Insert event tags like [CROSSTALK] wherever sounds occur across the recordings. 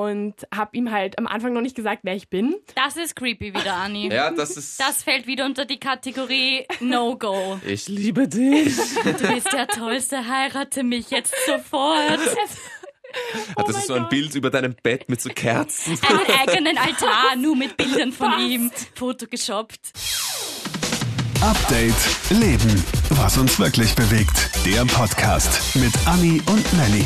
und habe ihm halt am Anfang noch nicht gesagt, wer ich bin. Das ist creepy wieder, Anni. Ja, das ist. Das fällt wieder unter die Kategorie No-Go. ich liebe dich. Du bist der Tollste, heirate mich jetzt sofort. das ist so ein Bild über deinem Bett mit so Kerzen. Einen eigenen Altar, nur mit Bildern von ihm. Foto geshoppt. Update Leben. Was uns wirklich bewegt. Der Podcast mit Anni und Nelly.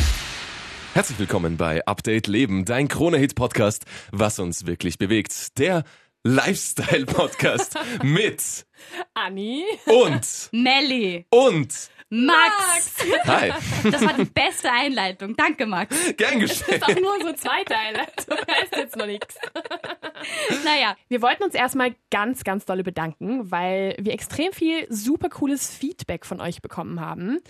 Herzlich willkommen bei Update Leben, dein Krone-Hit-Podcast, was uns wirklich bewegt. Der Lifestyle-Podcast mit Anni. und Melly. und. Max. Hi, Das war die beste Einleitung. Danke, Max. gern Das geschehen. ist auch nur unsere zweite [LAUGHS] Einleitung. Heißt jetzt noch nichts. Naja, Wir wollten uns erstmal ganz, ganz dolle bedanken, weil wir extrem viel super cooles Feedback von euch bekommen haben.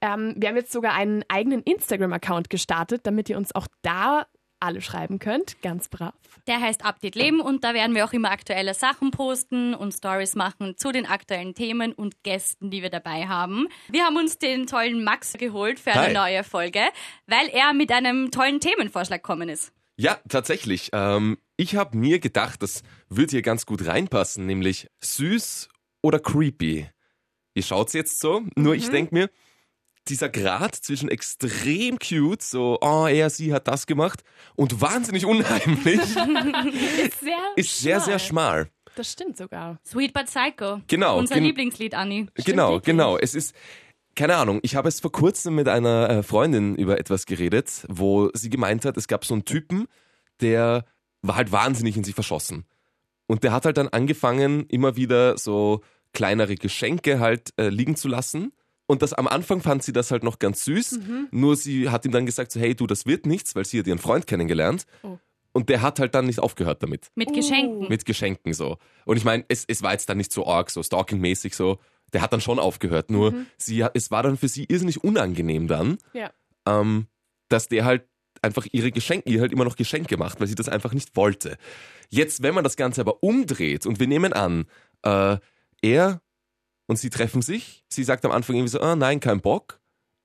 Ähm, wir haben jetzt sogar einen eigenen Instagram-Account gestartet, damit ihr uns auch da alle schreiben könnt. Ganz brav. der heißt Update Leben und da werden wir auch immer aktuelle Sachen posten und Stories machen zu den aktuellen Themen und Gästen, die wir dabei haben. Wir haben uns den tollen Max geholt für eine Hi. neue Folge, weil er mit einem tollen Themenvorschlag gekommen ist. Ja, tatsächlich. Ähm, ich habe mir gedacht, das wird hier ganz gut reinpassen, nämlich süß oder creepy. Ihr schaut's jetzt so, nur ich denk mir, dieser Grad zwischen extrem cute, so, oh, er, sie hat das gemacht, und wahnsinnig unheimlich, Sehr ist sehr, sehr schmal. Das stimmt sogar. Sweet but Psycho. Genau, Unser gen- Lieblingslied, Anni. Genau, genau. Es ist, keine Ahnung, ich habe es vor kurzem mit einer äh, Freundin über etwas geredet, wo sie gemeint hat, es gab so einen Typen, der war halt wahnsinnig in sich verschossen. Und der hat halt dann angefangen, immer wieder so kleinere Geschenke halt äh, liegen zu lassen. Und das am Anfang fand sie das halt noch ganz süß. Mhm. Nur sie hat ihm dann gesagt, so, hey du, das wird nichts, weil sie hat ihren Freund kennengelernt. Oh. Und der hat halt dann nicht aufgehört damit Mit Geschenken. mit Geschenken so. Und ich meine, es, es war jetzt dann nicht so arg, so stalking-mäßig so. Der hat dann schon aufgehört, nur sie, hat- es war dann für sie irrsinnig unangenehm dann, Ja. ähm, dass der halt einfach ihre Geschenke, ihr halt immer noch Geschenke macht, weil sie das einfach nicht wollte. Jetzt, wenn man das Ganze aber umdreht und wir nehmen an, äh, er und sie treffen sich, sie sagt am Anfang irgendwie so, ah, nein, kein Bock,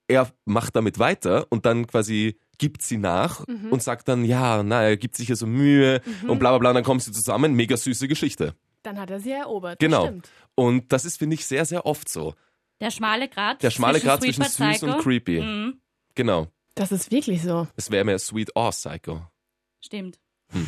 er macht damit weiter und dann quasi gibt sie nach Mhm. und sagt dann, ja, na, er gibt sich ja so Mühe und bla bla bla, und dann kommen sie zusammen, mega süße Geschichte. Dann hat er sie erobert. Genau. Stimmt. Und das ist, finde ich, sehr, sehr oft so. Der schmale Grat. Der schmale Grad zwischen Sweet but süß und Psycho. creepy. Mhm, Genau. Das ist wirklich so. Es wäre mehr sweet or psycho. stimmt. Hm.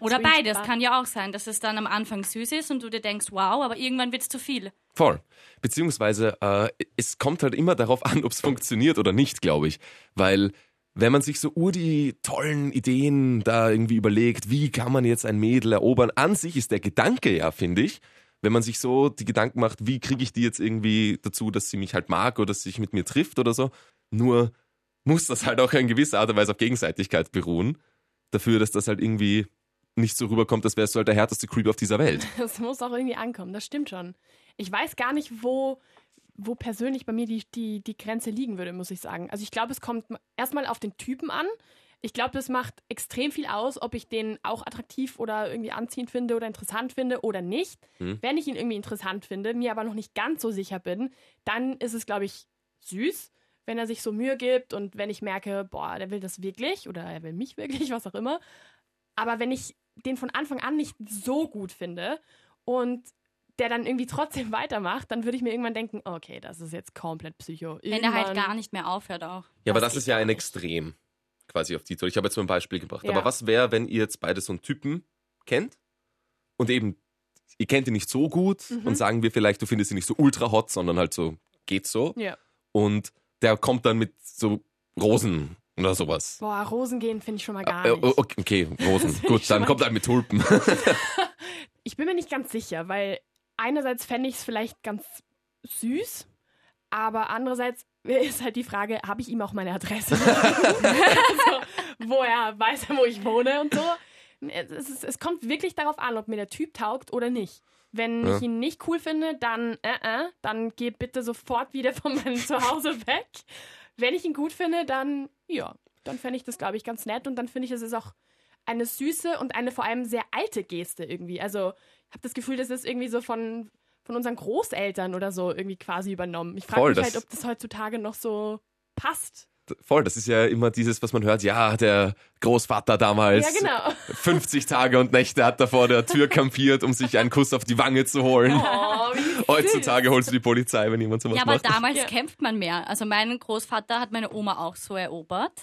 Oder Sweet beides but- kann ja auch sein, dass es dann am Anfang süß ist und du dir denkst, wow, aber irgendwann wird es zu viel. Voll. Beziehungsweise, äh, es kommt halt immer darauf an, ob es funktioniert oder nicht, glaube ich. Weil, wenn man sich so ur die tollen Ideen da irgendwie überlegt, wie kann man jetzt ein Mädel erobern, an sich ist der Gedanke ja, finde ich, wenn man sich so die Gedanken macht, wie kriege ich die jetzt irgendwie dazu, dass sie mich halt mag oder dass sie sich mit mir trifft oder so, nur muss das halt auch in gewisser Art und Weise auf Gegenseitigkeit beruhen, dafür, dass das halt irgendwie nicht so rüberkommt, als wärst du halt der härteste Creep auf dieser Welt. [LAUGHS] Das muss auch irgendwie ankommen, das stimmt schon. Ich weiß gar nicht, wo, wo persönlich bei mir die, die, die Grenze liegen würde, muss ich sagen. Also ich glaube, es kommt m- erstmal auf den Typen an. Ich glaube, das macht extrem viel aus, ob ich den auch attraktiv oder irgendwie anziehend finde oder interessant finde oder nicht. Mhm. Wenn ich ihn irgendwie interessant finde, mir aber noch nicht ganz so sicher bin, dann ist es, glaube ich, süß, wenn er sich so Mühe gibt und wenn ich merke, boah, der will das wirklich oder er will mich [LAUGHS] wirklich, was auch immer. Aber wenn ich den von Anfang an nicht so gut finde und der dann irgendwie trotzdem [LAUGHS] weitermacht, dann würde ich mir irgendwann denken, okay, das ist jetzt komplett Psycho. Wenn er halt gar nicht mehr aufhört auch. Ja, aber Das das ist geht ja gar ein nicht. Extrem, quasi auf die Tour. Ich habe jetzt nur ein Beispiel gebracht. Ja. Aber was wäre, wenn ihr jetzt beide so einen Typen kennt und eben, ihr kennt ihn nicht so gut Mhm. und sagen wir vielleicht, du findest ihn nicht so ultra hot, sondern halt so, geht so. Ja. Und der kommt dann mit so Rosen oder sowas. Boah, Rosen gehen finde ich schon mal gar Äh, nicht. okay, okay, [LAUGHS] Rosen. Gut, schon dann mal- kommt er mit Tulpen. [LAUGHS] Ich bin mir nicht ganz sicher, weil einerseits fände ich es vielleicht ganz süß, aber andererseits [LAUGHS] ist halt die Frage, habe ich ihm auch meine Adresse? also, woher weiß er, wo ich wohne und so. Es, es, es kommt wirklich darauf an, ob mir der Typ taugt oder nicht. Wenn Ja. ich ihn nicht cool finde, dann, äh, äh, dann geh bitte sofort wieder von meinem [LAUGHS] Zuhause weg. Wenn ich ihn gut finde, dann, ja, dann fände ich das, glaube ich, ganz nett. Und dann finde ich, es ist auch eine süße und eine vor allem sehr alte Geste irgendwie. Also, ich habe das Gefühl, das ist irgendwie so von, von unseren Großeltern oder so irgendwie quasi übernommen. Ich frage Voll, mich das- halt, ob das heutzutage noch so passt. Voll, das ist ja immer dieses, was man hört, ja, der Großvater damals Ja, [LAUGHS] genau. [LAUGHS] 50 Tage und Nächte hat da vor der Tür kampiert, um sich einen Kuss auf die Wange zu holen. Oh, wie Heutzutage holst du die Polizei, wenn jemand sowas Ja, aber macht. damals Ja. kämpft man mehr. Also mein Großvater hat meine Oma auch so erobert.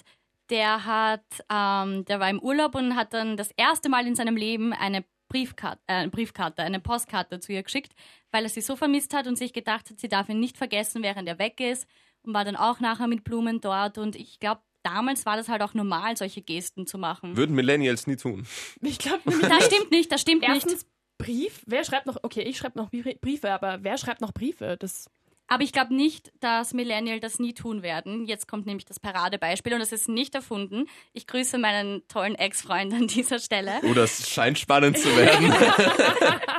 Der hat, ähm, der war im Urlaub und hat dann das erste Mal in seinem Leben eine Briefkarte, äh, eine Briefkarte, eine Postkarte zu ihr geschickt, weil er sie so vermisst hat und sich gedacht hat, sie darf ihn nicht vergessen, während er weg ist und war dann auch nachher mit Blumen dort und ich glaube, damals war das halt auch normal, solche Gesten zu machen. Würden Millennials nie tun. Ich glaube [LAUGHS] nämlich Das stimmt nicht, das stimmt nicht. erstens Brief. Wer schreibt noch? Okay, ich schreibe noch Brie- Briefe, aber wer schreibt noch Briefe? Das Aber ich glaube nicht, dass Millennial das nie tun werden. Jetzt kommt nämlich das Paradebeispiel und das ist nicht erfunden. Ich grüße meinen tollen Ex-Freund an [LAUGHS] dieser Stelle. Oh, das scheint spannend zu werden. [LAUGHS]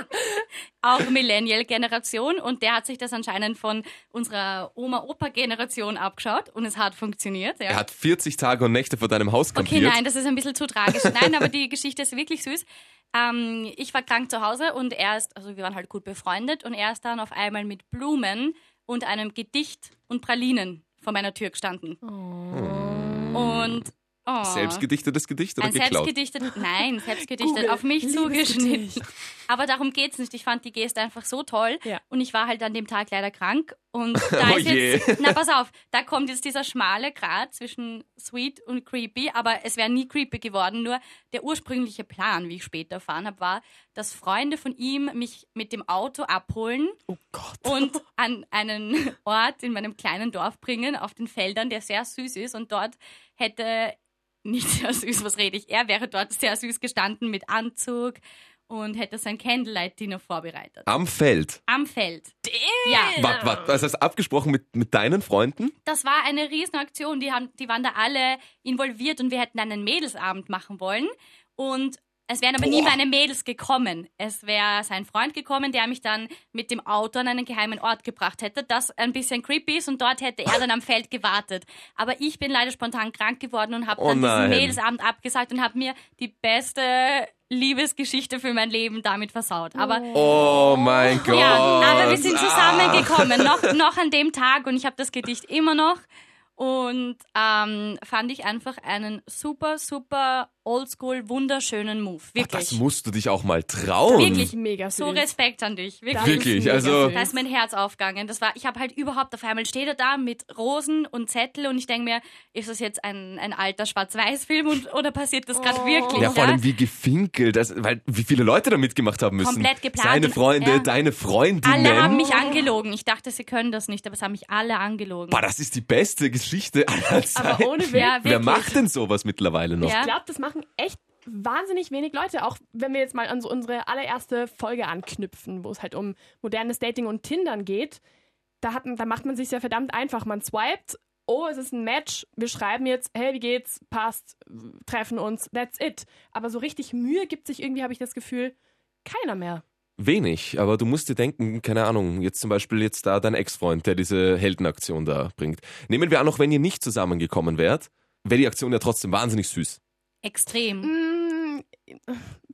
Auch Millennial-Generation und der hat sich das anscheinend von unserer Oma-Opa-Generation abgeschaut und es hat funktioniert. Ja. Er hat 40 Tage und Nächte vor deinem Haus Okay, kampiert. nein, das ist ein bisschen zu tragisch. Nein, aber die Geschichte ist wirklich süß. Ähm, ich war krank zu Hause und er ist, also wir waren halt gut befreundet und er ist dann auf einmal mit Blumen und einem Gedicht und Pralinen vor meiner Tür gestanden. Hm. Und oh, Selbstgedichtetes Gedicht Mhm. oder ein geklaut? selbstgedichtet, nein, [LAUGHS] selbstgedichtet Google, auf mich zugeschnitten. Liebesgedicht. Aber darum geht's nicht. Ich fand die Geste einfach so toll Ja. und ich war halt an dem Tag leider krank [LAUGHS] und da Oh ist je. jetzt, [LAUGHS] na pass auf, da kommt jetzt dieser schmale Grat zwischen sweet und creepy, aber es wäre nie creepy geworden. Nur der ursprüngliche Plan, wie ich später erfahren habe, war, dass Freunde von ihm mich mit dem Auto abholen Oh Gott. und an einen Ort in meinem kleinen Dorf bringen, auf den Feldern, der sehr süß ist. Und dort hätte, nicht [LAUGHS] sehr süß, was rede ich, er wäre dort sehr süß gestanden mit Anzug und hätte sein Candlelight-Dinner vorbereitet. Am Feld. Am Feld. Ja, Warte, warte, das heißt abgesprochen mit, mit deinen Freunden? das war eine Riesenaktion. Die, haben, die waren da alle involviert und wir hätten einen Mädelsabend machen wollen. Und es wären aber nie meine Mädels gekommen. Es wäre sein Freund gekommen, der mich dann mit dem Auto an einen geheimen Ort gebracht hätte, das ein bisschen creepy ist und dort hätte er dann am Feld gewartet. Aber ich bin leider spontan krank geworden und habe Oh dann nein. diesen Mädelsabend abgesagt und habe mir die beste Liebesgeschichte für mein Leben damit versaut. Aber Oh mein Gott. ja, aber wir sind Ah. zusammengekommen, noch, noch an dem Tag und ich habe das Gedicht immer noch. Und ähm, fand ich einfach einen super, super oldschool, wunderschönen Move. Das Wirklich. musst du dich auch mal trauen. Wirklich. Mega süß. so Respekt an dich. Das ist Wirklich. Wirklich, mega also- süß. Da ist mein Herz aufgegangen. Das war, ich habe halt überhaupt, auf einmal steht er da mit Rosen und Zettel und ich denke mir, ist das jetzt ein, ein alter Schwarz-Weiß-Film und- oder passiert das gerade Oh. wirklich? Ja, vor allem wie gefinkelt, das, weil wie viele Leute da mitgemacht haben müssen. Komplett geplant Seine und- Freunde, ja. deine Freundinnen. alle haben mich angelogen. Ich dachte, sie können das nicht, aber es haben mich alle angelogen. Boah, das ist die beste Geschichte aller Zeiten. Aber ohne Witz. Ja, Wer wirklich. macht denn sowas mittlerweile noch? Ja. Ich glaube, das machen echt wahnsinnig wenig Leute. Auch wenn wir jetzt mal an so unsere allererste Folge anknüpfen, wo es halt um modernes Dating und Tindern geht, da, hat, man- da macht man sich ja verdammt einfach. Man swiped, oh, es ist ein Match, wir schreiben jetzt, hey, wie geht's, passt, treffen uns, that's it. Aber so richtig Mühe gibt sich irgendwie, habe ich das Gefühl, keiner mehr. Wenig, aber du musst dir denken, keine Ahnung, jetzt zum Beispiel jetzt da dein Ex-Freund, der diese Heldenaktion da bringt. Nehmen wir an, auch wenn ihr nicht zusammengekommen wärt, wäre die Aktion ja trotzdem wahnsinnig süß. Extrem. Mm,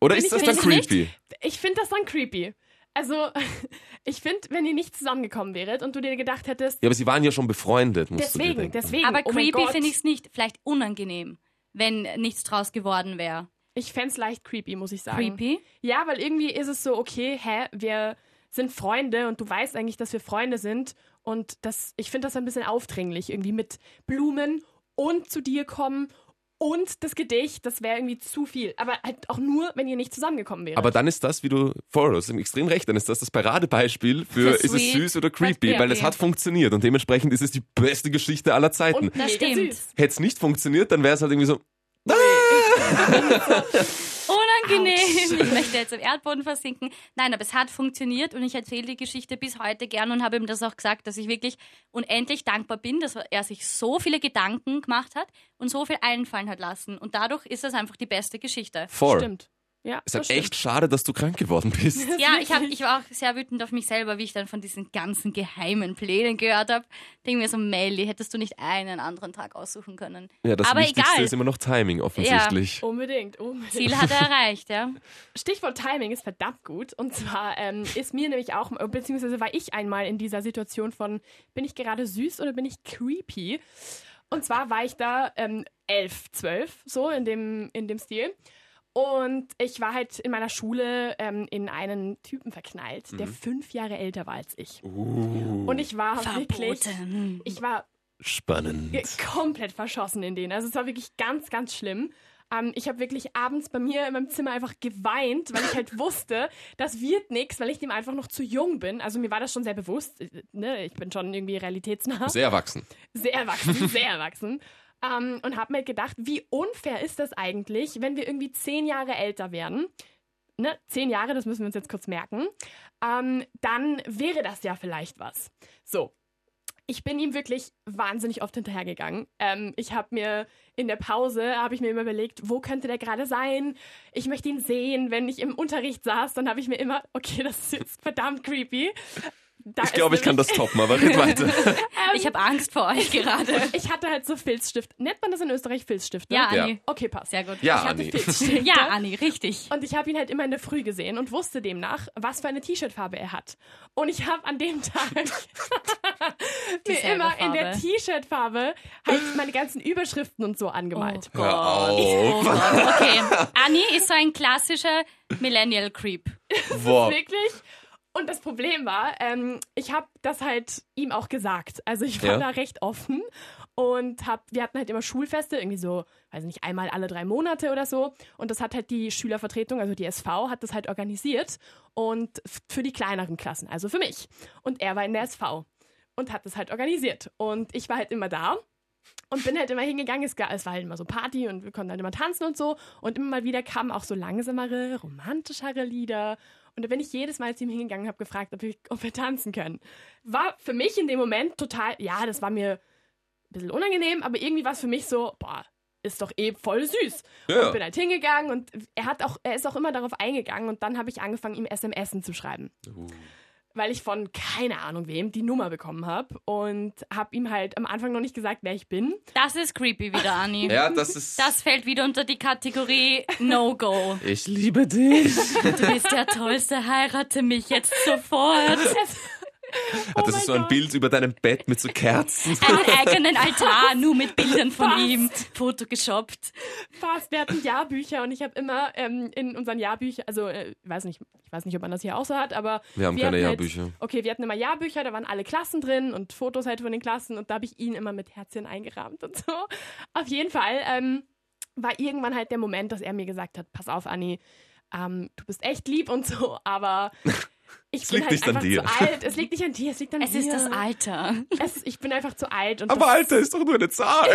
Oder Bin ist ich- das bin dann ich nicht? creepy? ich finde das dann creepy. Also, [LAUGHS] ich finde, wenn ihr nicht zusammengekommen wäret und du dir gedacht hättest, Ja, aber sie waren ja schon befreundet, musst du dir deswegen, denken. deswegen. Aber oh mein creepy Gott. finde ich es nicht. Vielleicht unangenehm, wenn nichts draus geworden wäre. Ich fänd's leicht creepy, muss ich sagen. Creepy? Ja, weil irgendwie ist es so, okay, hä, wir sind Freunde und du weißt eigentlich, dass wir Freunde sind. Und das, ich finde das ein bisschen aufdringlich, irgendwie mit Blumen und zu dir kommen und das Gedicht, das wäre irgendwie zu viel. Aber halt auch nur, wenn ihr nicht zusammengekommen wäret. Aber dann ist das, wie du vorhast, im extrem recht, dann ist das das Paradebeispiel für, Für ist es sweet, süß oder creepy, creepy. weil es hat funktioniert und dementsprechend ist es die beste Geschichte aller Zeiten. und Das mega stimmt. Süß. Hätte es nicht funktioniert, dann wäre es halt irgendwie so, Unangenehm. Ich möchte jetzt im Erdboden versinken. Nein, aber es hat funktioniert und ich erzähle die Geschichte bis heute gern und habe ihm das auch gesagt, dass ich wirklich unendlich dankbar bin, dass er sich so viele Gedanken gemacht hat und so viel einfallen hat lassen. Und dadurch ist das einfach die beste Geschichte. voll. Stimmt. Ja, Es das ist halt stimmt. echt schade, dass du krank geworden bist. [LAUGHS] Ja, ich, hab, ich war auch sehr wütend auf mich selber, wie ich dann von diesen ganzen geheimen Plänen gehört habe. Denke mir so, Melly, hättest du nicht einen anderen Tag aussuchen können. Ja, das Aber Wichtigste egal. ist immer noch Timing offensichtlich. Unbedingt, unbedingt. Ziel hat er erreicht, ja. Stichwort Timing ist verdammt gut. Und zwar ähm, ist mir nämlich auch, beziehungsweise war ich einmal in dieser Situation von, bin ich gerade süß oder bin ich creepy? Und zwar war ich da ähm, elf, zwölf, so in dem, in dem Stil. Und ich war halt in meiner Schule ähm, in einen Typen verknallt, der fünf Jahre älter war als ich. Uh, Und ich war wirklich, Verboten. ich war spannend. ge- komplett verschossen in den. Also es war wirklich ganz, ganz schlimm. Ähm, ich habe wirklich abends bei mir in meinem Zimmer einfach geweint, weil ich halt wusste, das wird nichts, weil ich dem einfach noch zu jung bin. Also mir war das schon sehr bewusst. äh, Ne? Ich bin schon irgendwie realitätsnah. Sehr erwachsen. Sehr erwachsen, sehr erwachsen. Ähm, und habe mir gedacht, wie unfair ist das eigentlich, wenn wir irgendwie zehn Jahre älter werden? Ne, zehn Jahre, das müssen wir uns jetzt kurz merken. Ähm, dann wäre das ja vielleicht was. So. Ich bin ihm wirklich wahnsinnig oft hinterhergegangen. Ähm, ich habe mir in der Pause habe ich mir immer überlegt, wo könnte der gerade sein? Ich möchte ihn sehen. Wenn ich im Unterricht saß, dann habe ich mir immer, okay, das ist jetzt verdammt creepy. Da Ich glaube, ist ich kann das toppen, aber red weiter. Ich habe Angst vor euch gerade. ich hatte halt so Filzstift. Nennt man das in Österreich Filzstifte? Ja, Ja. Anni. Okay, passt. Sehr gut. Ja, Ich hatte Anni. [LAUGHS] Filzstifte. Ja, Anni, richtig. Und ich habe ihn halt immer in der Früh gesehen und wusste demnach, was für eine T-Shirt-Farbe er hat. Und ich habe an dem [LAUGHS] Tag [LAUGHS] mir Dieselbe immer in der Farbe. T-Shirt-Farbe halt meine ganzen Überschriften und so angemalt. Oh Gott. Hör auf. Oh Gott. Okay. Anni ist so ein klassischer Millennial Creep. Boah. Wirklich? Und das Problem war, ähm, ich habe das halt ihm auch gesagt. Also ich war Ja. da recht offen und hab, wir hatten halt immer Schulfeste, irgendwie so, weiß nicht, einmal alle drei Monate oder so. Und das hat halt die Schülervertretung, also die SV, hat das halt organisiert und f- für die kleineren Klassen, also für mich. Und er war in der SV und hat das halt organisiert. Und ich war halt immer da und bin halt immer hingegangen. Es, ga- es war halt immer so Party und wir konnten halt immer tanzen und so. Und immer mal wieder kamen auch so langsamere, romantischere Lieder. Und da bin ich jedes Mal zu ihm hingegangen und habe gefragt, ob, ich, ob wir tanzen können. War für mich in dem Moment total, ja, das war mir ein bisschen unangenehm, aber irgendwie war es für mich so, boah, ist doch eh voll süß. Ja. Und bin halt hingegangen und er, hat auch, er ist auch immer darauf eingegangen. Und dann habe ich angefangen, ihm SMS zu schreiben weil ich von keine Ahnung wem die Nummer bekommen habe und habe ihm halt am Anfang noch nicht gesagt, wer ich bin. Das ist creepy wieder, Anni. Ja, das ist. Das fällt wieder unter die Kategorie No-Go. ich liebe dich. Du bist der Tollste, heirate mich jetzt sofort. Hattest du mein Ah, so ein Gott. Bild über deinem Bett mit so Kerzen? Einen eigenen Altar, nur mit Bildern von Was? ihm. Foto geshoppt. Fast, wir hatten Jahrbücher und ich habe immer ähm, in unseren Jahrbüchern, also äh, ich weiß nicht, ich weiß nicht, ob man das hier auch so hat, aber Wir haben keine hatten Jahrbücher. Halt, okay, wir hatten immer Jahrbücher, da waren alle Klassen drin und Fotos halt von den Klassen und da habe ich ihn immer mit Herzchen eingerahmt und so. Auf jeden Fall ähm, war irgendwann halt der Moment, dass er mir gesagt hat, pass auf, Anni, ähm, du bist echt lieb und so, [LAUGHS] aber ich Es bin halt liegt nicht an einfach dir. zu alt. Es liegt nicht an dir, es liegt an Es mir. ist das Alter. Es, ich bin einfach zu alt. Und, Aber das, Alter, ist doch nur eine Zahl.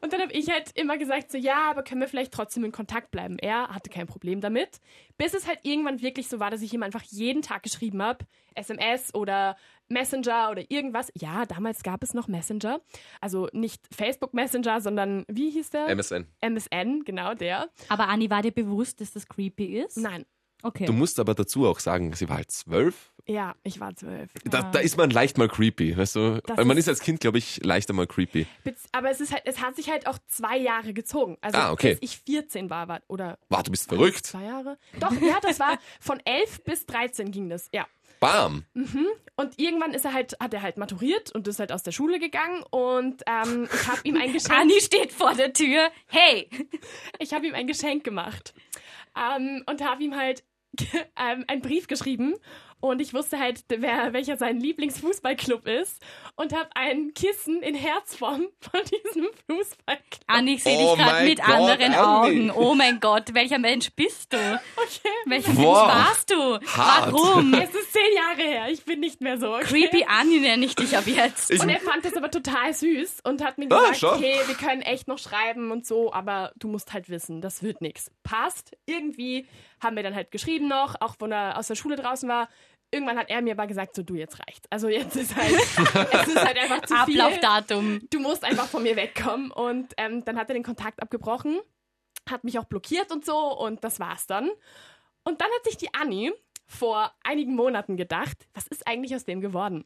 und dann habe ich halt immer gesagt, so ja, aber können wir vielleicht trotzdem in Kontakt bleiben? Er hatte kein Problem damit. Bis es halt irgendwann wirklich so war, dass ich ihm einfach jeden Tag geschrieben habe, SMS oder Messenger oder irgendwas. Ja, damals gab es noch Messenger. Also nicht Facebook Messenger, sondern wie hieß der? MSN. MSN, genau der. Aber Anni, war dir bewusst, dass das creepy ist? Nein, Okay. Du musst aber dazu auch sagen, sie war halt zwölf. ja, ich war zwölf. Da, da ist man leicht mal creepy, weißt du? Das man ist- ist als Kind, glaube ich, leichter mal creepy. Bez- Aber es, ist halt, es hat sich halt auch zwei Jahre gezogen. Also Ah, okay. bis ich 14 war, war oder Warte, du bist verrückt. Zwei Jahre? Doch, ja, das war von 11 bis 13 ging das, ja. Bam. Und irgendwann ist er halt, hat er halt maturiert und ist halt aus der Schule gegangen und ähm, ich habe ihm ein Geschenk, Anni steht vor der Tür. Hey! ich habe ihm ein Geschenk gemacht ähm, und habe ihm halt [LAUGHS] ähm, einen Brief geschrieben und ich wusste halt, wer, welcher sein Lieblingsfußballclub ist und habe ein Kissen in Herzform von diesem Fußballclub. Anni, ich sehe Oh dich gerade mein mit Gott, anderen Anni. Augen. Oh mein Gott, welcher Mensch bist du? Welcher Wow. Mensch warst du? Hart. Warum? [LAUGHS] Es ist zehn Jahre her, ich bin nicht mehr so. okay? Creepy Anni nenne ich dich ab jetzt. Ich- Und er fand das aber total süß und hat mir Ah, gesagt, schau. okay, wir können echt noch schreiben und so, aber du musst halt wissen, das wird nichts. Passt. Irgendwie haben wir dann halt geschrieben noch, auch wenn er aus der Schule draußen war. Irgendwann hat er mir aber gesagt, so du jetzt reicht. Also jetzt ist halt, [LAUGHS] es ist halt einfach zu viel. Ablaufdatum. Du musst einfach von mir wegkommen. Und ähm, dann hat er den Kontakt abgebrochen, hat mich auch blockiert und so und das war's dann. Und dann hat sich die Anni vor einigen Monaten gedacht, was ist eigentlich aus dem geworden?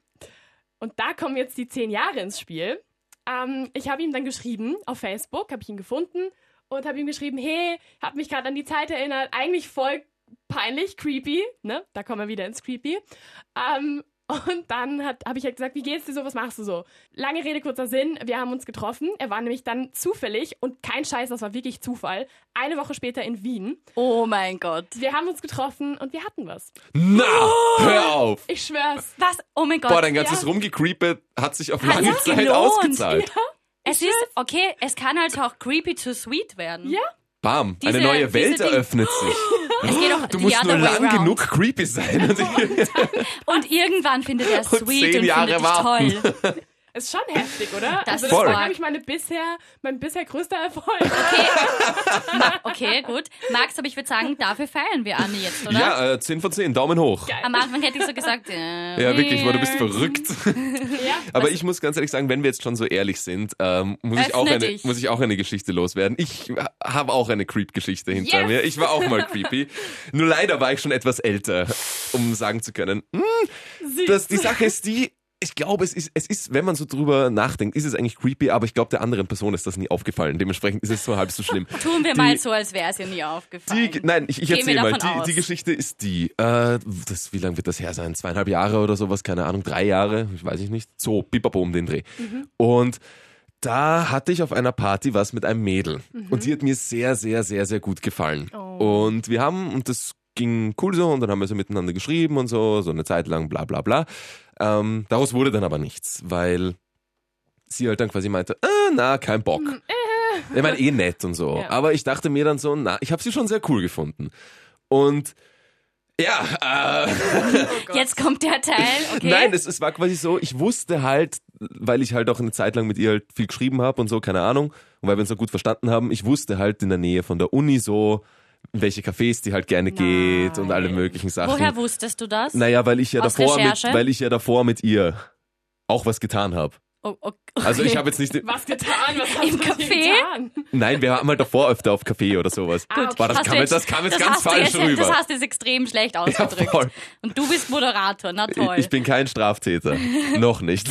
Und da kommen jetzt die zehn Jahre ins Spiel. Ähm, ich habe ihm dann geschrieben auf Facebook, habe ich ihn gefunden und habe ihm geschrieben, hey, habe mich gerade an die Zeit erinnert, eigentlich voll peinlich, creepy, ne? Da kommen wir wieder ins creepy. Ähm, Und dann habe ich halt gesagt, wie geht's dir so, was machst du so? Lange Rede, kurzer Sinn, wir haben uns getroffen. Er war nämlich dann zufällig, und kein Scheiß, das war wirklich Zufall, eine Woche später in Wien. Oh mein Gott. Wir haben uns getroffen und wir hatten was. Na, hör auf! Ich schwör's. Was? Oh mein Gott. Boah, dein ganzes Rumgecreepe hat sich auf lange sich's Zeit gelohnt. ausgezahlt. es ist, okay, es kann also auch creepy to sweet werden. Ja. Bam, Diese- eine neue Welt diese Ding- eröffnet sich. Es geht auch Du the musst other nur way Also, lang round. genug creepy sein. Und Und irgendwann findet er es Und sweet zehn und Jahre findet dich warten. toll. Ist schon heftig, oder? also Das ist das voll. war, glaube ich, meine bisher, mein bisher größter Erfolg. Ma okay, gut. Max, aber ich würde sagen, dafür feiern wir Anni jetzt, oder? ja, äh, 10 von 10, Daumen hoch. Am Anfang hätte ich so gesagt, äh, Ja, wirklich, boah, du weird. bist verrückt. [LAUGHS] ja. Aber ich muss ganz ehrlich sagen, wenn wir jetzt schon so ehrlich sind, ähm, muss, ich Öffne auch eine, dich. muss ich auch eine Geschichte loswerden. Ich habe auch eine Creep-Geschichte hinter Yes. mir. Ich war auch [LAUGHS] mal creepy. Nur leider war ich schon etwas älter, um sagen zu können, hm, das, die Sache ist die, ich glaube, es ist, es ist, wenn man so drüber nachdenkt, ist es eigentlich creepy, aber ich glaube, der anderen Person ist das nie aufgefallen. Dementsprechend ist es so halb so schlimm. [LAUGHS] Tun wir Die- mal so, als wäre es ihr nie aufgefallen. die, nein, ich, ich Gehen wir erzähle mal. davon Die, aus. die Geschichte ist die. Äh, das, wie lange wird das her sein? Zweieinhalb Jahre oder sowas? Keine Ahnung. Drei Jahre? Ich weiß ich nicht. So, pipapo um den Dreh. Mhm. Und da hatte ich auf einer Party was mit einem Mädel. Mhm. Und die hat mir sehr, sehr, sehr, sehr gut gefallen. Oh. Und wir haben, und das ging cool so, und dann haben wir so miteinander geschrieben und so, so eine Zeit lang, bla bla bla. Ähm, daraus wurde dann aber nichts, weil sie halt dann quasi meinte, ah, na, kein Bock. Hm, äh. Ich meine, eh nett [LAUGHS] und so. Ja. Aber ich dachte mir dann so, na, ich habe sie schon sehr cool gefunden. Und ja, äh, Jetzt kommt der Teil, okay? nein, es, es war quasi so, ich wusste halt, weil ich halt auch eine Zeit lang mit ihr halt viel geschrieben habe und so, keine Ahnung, und weil wir uns so gut verstanden haben, ich wusste halt in der Nähe von der Uni so, in welche Cafés die halt gerne geht und alle Nein. möglichen Sachen. Woher wusstest du das? Naja, weil ich ja Aus davor mit, Recherche? weil ich ja davor mit ihr auch was getan habe. Oh, okay. Also ich habe [LAUGHS] jetzt nicht. Was getan? Was hast du Im mit dir Café? getan? Nein, wir haben halt davor öfter auf Café oder sowas. Ah, okay. Boah, das Hast kam du jetzt, das kam jetzt das ganz hast du falsch jetzt, rüber. Das hast du jetzt extrem schlecht ausgedrückt. voll. Und du bist Moderator, na toll. Ich bin Oh [LAUGHS] kein Straftäter. Noch nicht.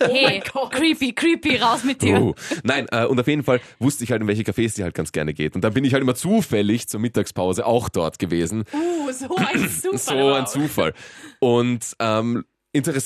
hey, Gott. creepy, creepy, raus mit dir. Uh. Nein, äh, und auf jeden Fall wusste ich halt, in welche Cafés die halt ganz gerne geht. Und dann bin ich halt immer zufällig zur Mittagspause auch dort gewesen. [LAUGHS] Uh, so [CLEARS THROAT] ein Zufall. So aber ein auch. Zufall. Und ähm,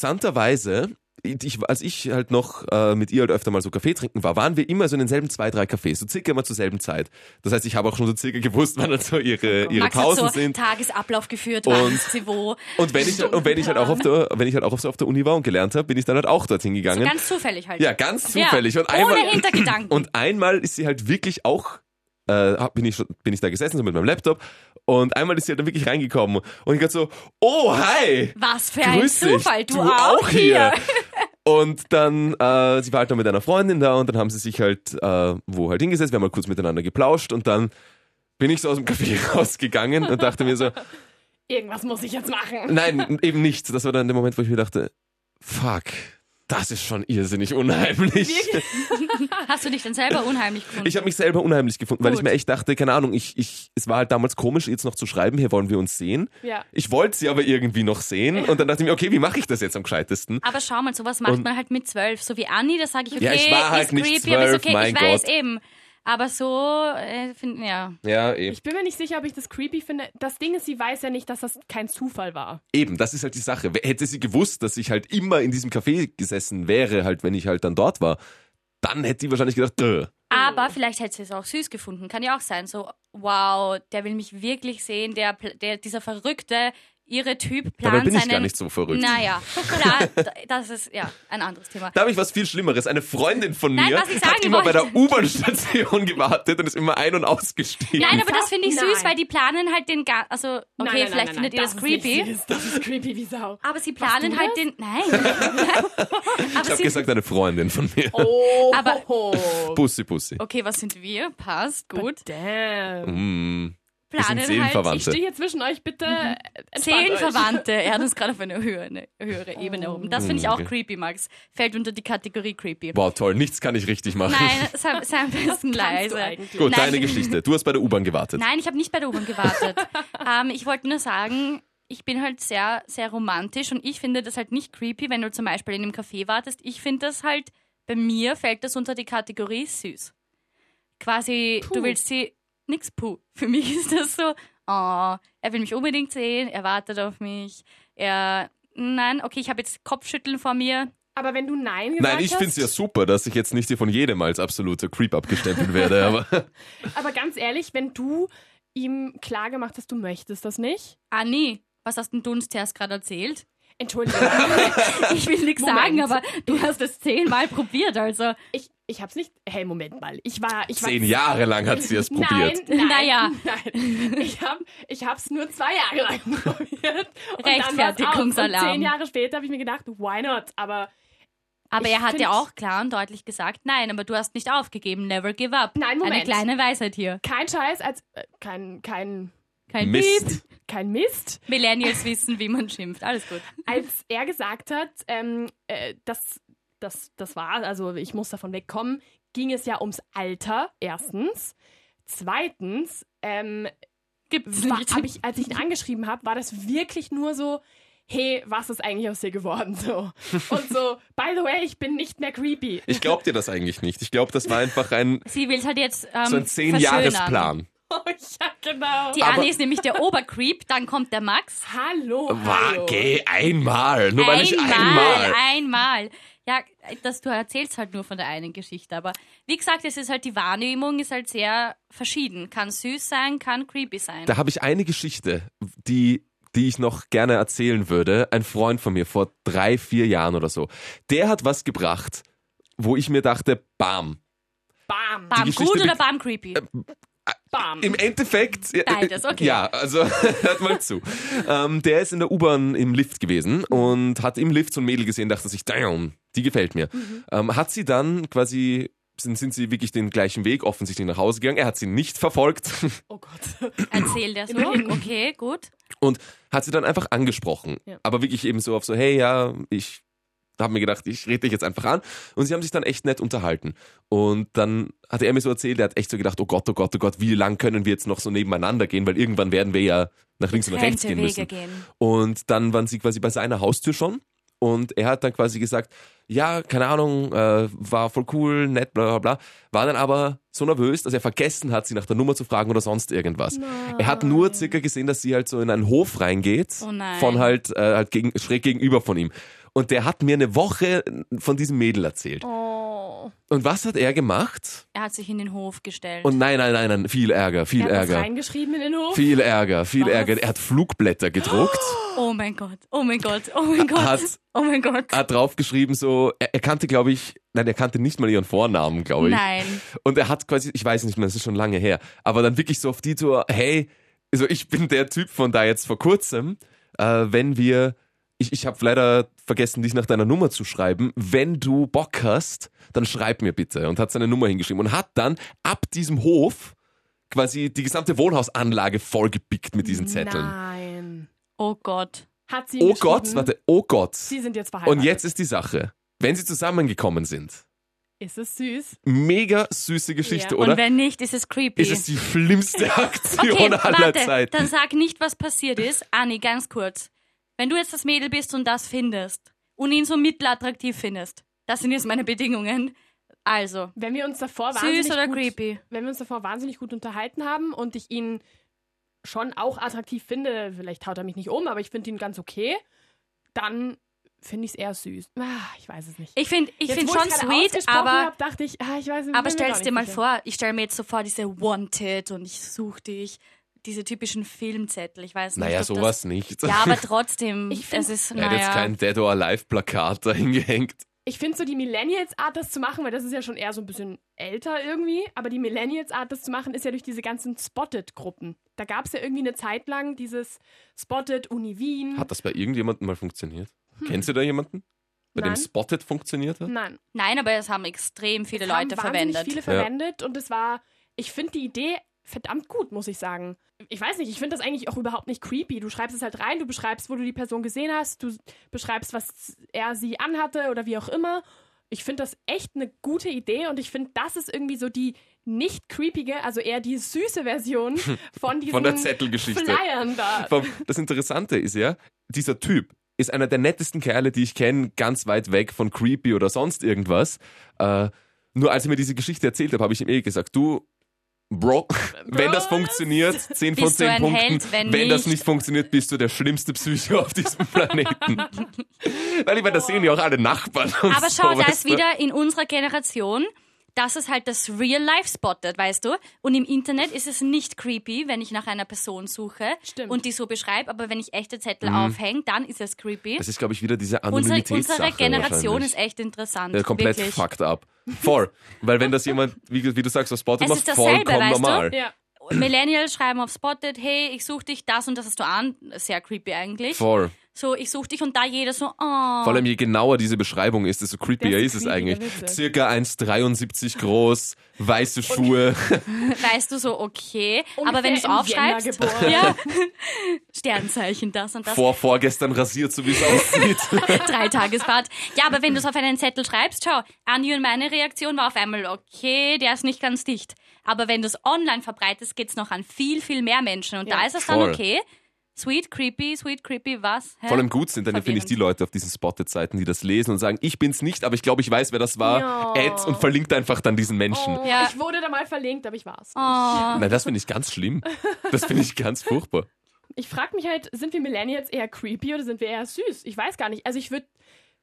interessanterweise, ich, als ich halt noch äh, mit ihr halt öfter mal so Kaffee trinken war, waren wir immer so in denselben zwei, drei Cafés, so circa immer zur selben Zeit. Das heißt, ich habe auch schon so circa gewusst, wann dann so ihre, ihre Max hat Pausen so sind. Tagesablauf geführt, Und- wann ist sie wo. Und wenn ich, und wenn ich halt auch auf der, wenn ich halt auch auf so auf der Uni war und gelernt habe, bin ich dann halt auch dorthin gegangen. Ganz zufällig halt. ja, ganz zufällig. Ja, Und einmal, Ohne Hintergedanken. und einmal ist sie halt wirklich auch, äh, hab- bin, ich, schon- bin ich da gesessen, so mit meinem Laptop, und einmal ist sie halt dann wirklich reingekommen und ich grad so, oh, hi! Was für ein Grüß dich, Zufall, du, auch hier. [LAUGHS] Und dann, äh, sie war halt dann mit einer Freundin da und dann haben sie sich halt äh, wo halt hingesetzt, wir haben mal kurz miteinander geplauscht und dann bin ich so aus dem Café [LAUGHS] rausgegangen und dachte [LAUGHS] mir so, Irgendwas muss ich jetzt machen. nein, eben nicht. Das war dann der Moment, wo ich mir dachte, fuck, das ist schon irrsinnig unheimlich. Hast du dich dann selber unheimlich gefunden? Ich habe mich selber unheimlich gefunden, weil ich Gut. mir echt dachte, keine Ahnung, ich, ich, es war halt damals komisch, jetzt noch zu schreiben, hier wollen wir uns sehen. Ja. Ich wollte sie aber irgendwie noch sehen und dann dachte ich mir, okay, wie mache ich das jetzt am gescheitesten? aber schau mal, sowas macht Und- man halt mit zwölf. So wie Anni, da sage ich, okay, Ja, ich war halt ist nicht creepy, aber ist 12, okay, mein ich weiß Gott. eben. Aber so, äh, find, ja. eh. Ja, eben. Ich bin mir nicht sicher, ob ich das creepy finde. Das Ding ist, sie weiß ja nicht, dass das kein Zufall war. Eben, das ist halt die Sache. Wer- Hätte sie gewusst, dass ich halt immer in diesem Café gesessen wäre, halt, wenn ich halt dann dort war, dann hätte sie wahrscheinlich gedacht, Dö. Aber vielleicht hätte sie es auch süß gefunden. Kann ja auch sein. So, wow, der will mich wirklich sehen. Der, pl- der, dieser verrückte, ihre Typ plant dabei bin ich seinen... gar nicht so verrückt. Naja, [LAUGHS] klar, das ist ja ein anderes Thema. Da habe ich was viel Schlimmeres. Eine Freundin von Nein, mir was ich hat sagen immer bei der wollte. U-Bahn-Station [LAUGHS] gewartet und ist immer ein- und ausgestiegen. Nein, aber das finde ich süß, Nein. weil die planen halt den ga also okay, Nein, nein, nein, vielleicht nein, nein, findet ihr das, ist nicht creepy, süß. Das ist creepy wie Sau. aber sie planen du halt das? den nein. [LAUGHS] aber ich habe sie gesagt, eine Freundin von mir. Oh, Aber- ho, ho. Pussy, Pussy. Okay, was sind wir? Passt, gut. Damn. Mm, wir sind Planen halt Ich Seelenverwandte. stehe hier zwischen euch, bitte. äh, entspannt Mhm. zehn euch. Verwandte. Er hat uns gerade auf eine höhere, eine höhere Ebene erhoben. Das finde ich auch Hm, Okay. creepy, Max. Fällt unter die Kategorie creepy. Wow, toll. Nichts kann ich richtig machen. Nein, sei, sei am besten kannst du leise. eigentlich? Gut, Nein. deine Geschichte. Du hast bei der U-Bahn gewartet. Nein, ich habe nicht bei der U-Bahn gewartet. [LAUGHS] ähm, ich wollte nur sagen, ich bin halt sehr, sehr romantisch und ich finde das halt nicht creepy, wenn du zum Beispiel in einem Café wartest. Ich finde das halt, bei mir fällt das unter die Kategorie süß. Quasi, Puh. du willst sie, nix puh. Für mich ist das so, oh, er will mich unbedingt sehen, er wartet auf mich, er nein, okay, ich habe jetzt Kopfschütteln vor mir. Aber wenn du Nein gesagt Nein, ich hast, finde es ja super, dass ich jetzt nicht hier von jedem als absoluter Creep abgestempelt werde, aber aber ganz ehrlich, wenn du ihm klar gemacht hast, du möchtest das nicht, Anni, Ah, was hast denn du uns zuerst gerade erzählt? [LAUGHS] entschuldige, Ich will [LAUGHS] nichts Moment. sagen, aber du hast es zehnmal probiert, also. ich, ich hab's nicht, hey, Moment mal, ich war, ich war zehn Jahre lang hat sie es probiert. Nein, nein, Naja. nein. Ich habe ich hab's nur zwei Jahre lang [LAUGHS] probiert. Und dann war's aus. Und Rechtfertigungsalarm. zehn Jahre später habe ich mir gedacht, why not? Aber Aber Ich er hat ja find's- auch klar und deutlich gesagt, nein, aber du hast nicht aufgegeben, never give up. Nein, Moment. Eine kleine Weisheit hier. kein Scheiß, als äh, kein, kein, Kein Piep. Mist. kein Mist, Millennials wissen, wie man schimpft. Alles gut. als er gesagt hat, ähm, äh, das, das, das war, also ich muss davon wegkommen, ging es ja ums Alter, erstens. Zweitens, ähm, Gibt's war, nicht. hab ich, als ich ihn angeschrieben habe, war das wirklich nur so, hey, was ist eigentlich aus dir geworden? So. Und so, by the way, ich bin nicht mehr creepy. Ich glaube dir das eigentlich nicht. Ich glaube, das war einfach ein, Sie will halt jetzt. Ähm, so ein Zehn-Jahres-Plan. [LAUGHS] Oh, ja, genau. Die Aber- Anni ist nämlich der Obercreep, dann kommt der Max. hallo, hallo. War, geh einmal. Nur weil ich einmal. einmal. einmal. Ja, das, du erzählst halt nur von der einen Geschichte, aber wie gesagt, es ist halt die Wahrnehmung ist halt sehr verschieden. Kann süß sein, kann creepy sein. Da habe ich eine Geschichte, die, die ich noch gerne erzählen würde. Ein Freund von mir vor drei, vier Jahren oder so. Der hat was gebracht, wo ich mir dachte, bam. Bam, bam Geschichte Äh, gut be- oder bam creepy? bam. Im Endeffekt. ja, Beides, okay. Ja, also [LAUGHS] hört mal zu. ähm, der ist in der U-Bahn im Lift gewesen und hat im Lift so ein Mädel gesehen, dachte sich, damn, die gefällt mir. Mhm. Ähm, hat sie dann quasi. Sind, sind sie wirklich den gleichen Weg offensichtlich nach Hause gegangen? Er hat sie nicht verfolgt. oh Gott. Erzähl [CLEARS THROAT] der so. Immerhin. Okay, gut. Und hat sie dann einfach angesprochen. Ja. Aber wirklich eben so auf so, hey, ja, ich habe mir gedacht, ich rede dich jetzt einfach an. Und sie haben sich dann echt nett unterhalten. Und dann hat er mir so erzählt, er hat echt so gedacht, oh Gott, oh Gott, oh Gott, wie lang können wir jetzt noch so nebeneinander gehen, weil irgendwann werden wir ja nach links und nach rechts Trennte gehen müssen. Wege gehen. Und dann waren sie quasi bei seiner Haustür schon. Und er hat dann quasi gesagt, ja, keine Ahnung, äh, war voll cool, nett, bla bla bla. War dann aber so nervös, dass er vergessen hat, sie nach der Nummer zu fragen oder sonst irgendwas. Er hat nur circa gesehen, dass sie halt so in einen Hof reingeht, Oh nein. von halt, äh, halt gegen, schräg gegenüber von ihm. Und der hat mir eine Woche von diesem Mädel erzählt. Oh. Und was hat er gemacht? Er hat sich in den Hof gestellt. Und nein, nein, nein, nein, viel Ärger, viel Er hat was Ärger. reingeschrieben in den Hof. Viel Ärger, viel Ärger. Er hat Flugblätter gedruckt. [GASPS] oh mein Gott, oh mein Gott, oh mein Gott, Hat- oh mein Gott. hat draufgeschrieben, so, er, er kannte, glaube ich, nein, er kannte nicht mal ihren Vornamen, glaube ich. Nein. Und er hat quasi, ich weiß nicht mehr, das ist schon lange her, aber dann wirklich so auf die Tour, hey, also ich bin der Typ von da jetzt vor kurzem, äh, wenn wir, ich, ich habe leider vergessen, dich nach deiner Nummer zu schreiben, wenn du Bock hast, dann schreib mir bitte. Und hat seine Nummer hingeschrieben und hat dann ab diesem Hof quasi die gesamte Wohnhausanlage vollgepickt mit diesen Zetteln. Nein. Oh Gott. Hat sie ihm Oh geschrieben, Gott, warte, oh Gott. Sie sind jetzt verheiratet. Und jetzt ist die Sache, wenn sie zusammengekommen sind, Ist es süß? mega süße Geschichte, Ja. oder? Und wenn nicht, ist es creepy. Ist es [LAUGHS] [LAUGHS] die schlimmste Aktion okay, aller warte, Zeiten? dann sag nicht, was passiert ist. Anni, ganz kurz. Wenn du jetzt das Mädel bist und das findest und ihn so mittelattraktiv findest, das sind jetzt meine Bedingungen. Also, Wenn wir uns davor Oh, wahnsinnig süß oder gut, creepy? Wenn wir uns davor wahnsinnig gut unterhalten haben und ich ihn schon auch attraktiv finde, vielleicht haut er mich nicht um, aber ich finde ihn ganz okay, dann finde ich es eher süß. Ah, ich weiß es nicht. Ich finde ich Jetzt, find wo ich's schon gerade sweet, ausgesprochen aber, hab, dachte ich, ah, ich weiß es bin aber mir stell's doch dir nicht mal sicher. vor, ich stelle mir jetzt so vor, diese Wanted und ich suche dich, diese typischen Filmzettel. Ich weiß nicht. naja, ob sowas nicht. Das, ja, [LAUGHS] aber trotzdem, Ich find- es ist, er hat jetzt naja. kein Dead or Alive Plakat dahingehängt. Ich finde so die Millennials-Art, das zu machen, weil das ist ja schon eher so ein bisschen älter irgendwie, aber die Millennials-Art, das zu machen, ist ja durch diese ganzen Spotted-Gruppen. Da gab es ja irgendwie eine Zeit lang dieses Spotted Uni Hm. Wien. Hat das bei irgendjemandem mal funktioniert? Kennst du da jemanden, bei Nein. dem Spotted funktioniert hat? Nein. Nein, aber es haben extrem viele Es Leute haben wahnsinnig verwendet. viele verwendet und es war, ich finde die Idee verdammt gut, muss ich sagen. Ich weiß nicht, ich finde das eigentlich auch überhaupt nicht creepy. Du schreibst es halt rein, du beschreibst, wo du die Person gesehen hast, du beschreibst, was er sie anhatte oder wie auch immer. Ich finde das echt eine gute Idee und ich finde, das ist irgendwie so die nicht creepige, also eher die süße [LAUGHS] Version von diesen Von der Zettelgeschichte. Flyern da. Vor allem, Das Interessante ist ja, dieser Typ ist einer der nettesten Kerle, die ich kenne, ganz weit weg von creepy oder sonst irgendwas. Äh, nur als er mir diese Geschichte erzählt hat, habe ich ihm eh gesagt, du, Bro, wenn das funktioniert, 10 von Bist du 10 ein Punkten. Held, wenn das nicht- nicht funktioniert, bist du der schlimmste Psycho auf diesem Planeten. [LAUGHS] Weil ich meine, das sehen ja auch alle Nachbarn. Und [LAUGHS] Aber so, schau, da weißt ist du? wieder in unserer Generation, das ist halt das Real Life spotted, weißt du? Und im Internet ist es nicht creepy, wenn ich nach einer Person suche Stimmt. und die so beschreibe, aber wenn ich echte Zettel aufhänge, dann ist es creepy. Mhm. Das ist, glaube ich, wieder diese Unsere, Anonymitätssache unsere Generation wahrscheinlich. ist echt interessant. Ja, komplett wirklich. fucked up. Voll. Weil wenn das jemand, wie, du- wie du sagst, auf Spotify Es macht, ist dasselbe, vollkommen weißt du? normal. Ja. Millennials schreiben auf Spotted, hey, ich suche dich, das und das hast du an. Sehr creepy eigentlich. Voll. So, ich suche dich und da jeder so, oh. Vor allem, je genauer diese Beschreibung ist, desto creepier Desto ist es creepier eigentlich. wird's. Circa 1,73 groß, weiße Schuhe. weißt du so, okay. Ungefähr aber wenn du es im Jänner aufschreibst, geboren. [LAUGHS] ja, Sternzeichen, das und das, Vor vorgestern rasiert, so wie [LAUGHS] es aussieht. drei Tagesbad. Ja, aber wenn du es auf einen Zettel schreibst, schau, Anni und meine Reaktion war auf einmal, okay, der ist nicht ganz dicht. Aber wenn du es online verbreitest, geht's noch an viel, viel mehr Menschen. Und da Ja. ist es dann Voll. okay. Sweet, creepy, sweet, creepy, was? Hä? Vor allem gut sind dann finde ich die Leute auf diesen Spotted-Seiten, die das lesen und sagen, ich bin's nicht, aber ich glaube, ich weiß, wer das war. Ja. Ads und verlinkt einfach dann diesen Menschen. Oh, Ja. Ich wurde da mal verlinkt, aber ich war's. Oh. Nein, das finde ich ganz schlimm. Das finde ich ganz furchtbar. Ich frage mich halt, sind wir Millennials eher creepy oder sind wir eher süß? Ich weiß gar nicht. Also ich würde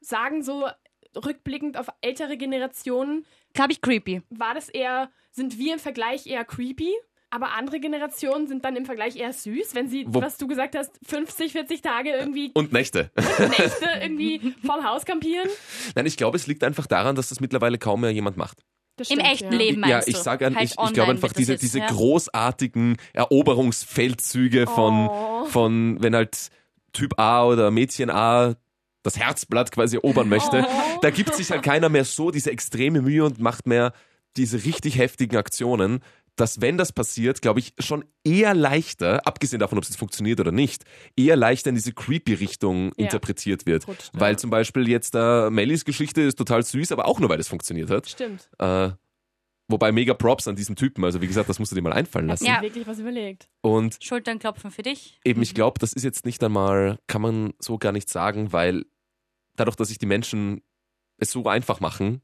sagen, so rückblickend auf ältere Generationen Glaube ich creepy. war das eher, sind wir im Vergleich eher creepy, aber andere Generationen sind dann im Vergleich eher süß, wenn sie, Wo- Oh. was du gesagt hast, 50, 40 Tage irgendwie Und Nächte. Nächte irgendwie vorm Haus kampieren. Nein, ich glaube, es liegt einfach daran, dass das mittlerweile kaum mehr jemand macht. Das Im stimmt, echten ja. Leben ja, meinst ich du? sage an, Halt ich, ich online glaube einfach wird das diese, jetzt, diese ja. großartigen Eroberungsfeldzüge von, Oh. von, wenn halt Typ A oder Mädchen A das Herzblatt quasi erobern möchte, Oh. da gibt sich halt keiner mehr so diese extreme Mühe und macht mehr diese richtig heftigen Aktionen, dass wenn das passiert, glaube ich, schon eher leichter, abgesehen davon, ob es jetzt funktioniert oder nicht, eher leichter in diese creepy Richtung Ja. interpretiert wird. Rutscht, ja. Weil zum Beispiel jetzt da Mellies Geschichte ist total süß, aber auch nur, weil es funktioniert hat. Stimmt. Äh, wobei mega Props an diesem Typen. Also wie gesagt, das musst du dir mal einfallen lassen. Ja. Ja. wirklich was überlegt. Und Schultern klopfen für dich. eben, ich glaube, das ist jetzt nicht einmal, kann man so gar nicht sagen, weil dadurch, dass sich die Menschen es so einfach machen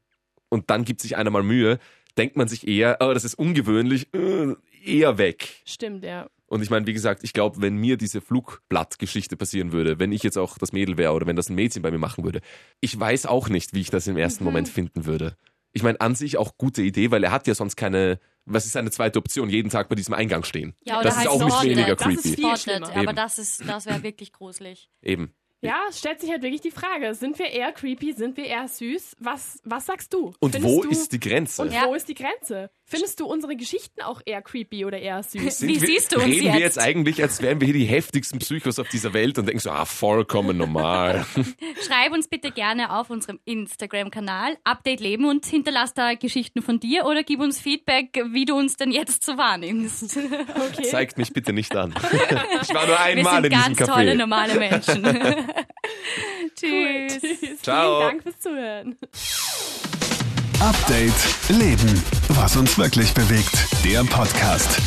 und dann gibt sich einer mal Mühe, denkt man sich eher, oh, das ist ungewöhnlich, äh, eher weg. Stimmt, ja. Und ich meine, wie gesagt, ich glaube, wenn mir diese Flugblattgeschichte passieren würde, wenn ich jetzt auch das Mädel wäre oder wenn das ein Mädchen bei mir machen würde, ich weiß auch nicht, wie ich das im Mhm. ersten Moment finden würde. Ich meine, an sich auch gute Idee, weil er hat ja sonst keine, was ist seine zweite Option, jeden Tag bei diesem Eingang stehen. Ja, oder das halt ist auch nicht Sorte. weniger Das ist creepy. Viel Spotted, schlimmer. aber Eben. das ist, das wäre wirklich gruselig. Eben. Ja, es stellt sich halt wirklich die Frage, sind wir eher creepy, sind wir eher süß? Was, was sagst du? Und Findest wo du, ist die Grenze? Und Ja. wo ist die Grenze? Findest du unsere Geschichten auch eher creepy oder eher süß? [LAUGHS] Sind Wie wir, siehst du uns Reden wir jetzt? jetzt eigentlich, als wären wir hier die heftigsten Psychos auf dieser Welt und denken so, ah, [LAUGHS] vollkommen normal. Schreib uns bitte gerne auf unserem Instagram-Kanal Update Leben und hinterlass da Geschichten von dir oder gib uns Feedback, wie du uns denn jetzt so wahrnimmst. Okay. Zeigt mich bitte nicht [LAUGHS] an. Ich war nur Wir einmal sind in diesem ganz tolle, Café. normale [LAUGHS] Menschen. [LAUGHS] Cool. Tschüss. Tschüss. [LAUGHS] Ciao. Vielen Dank fürs Zuhören. Update Leben. Was uns wirklich bewegt. Der Podcast.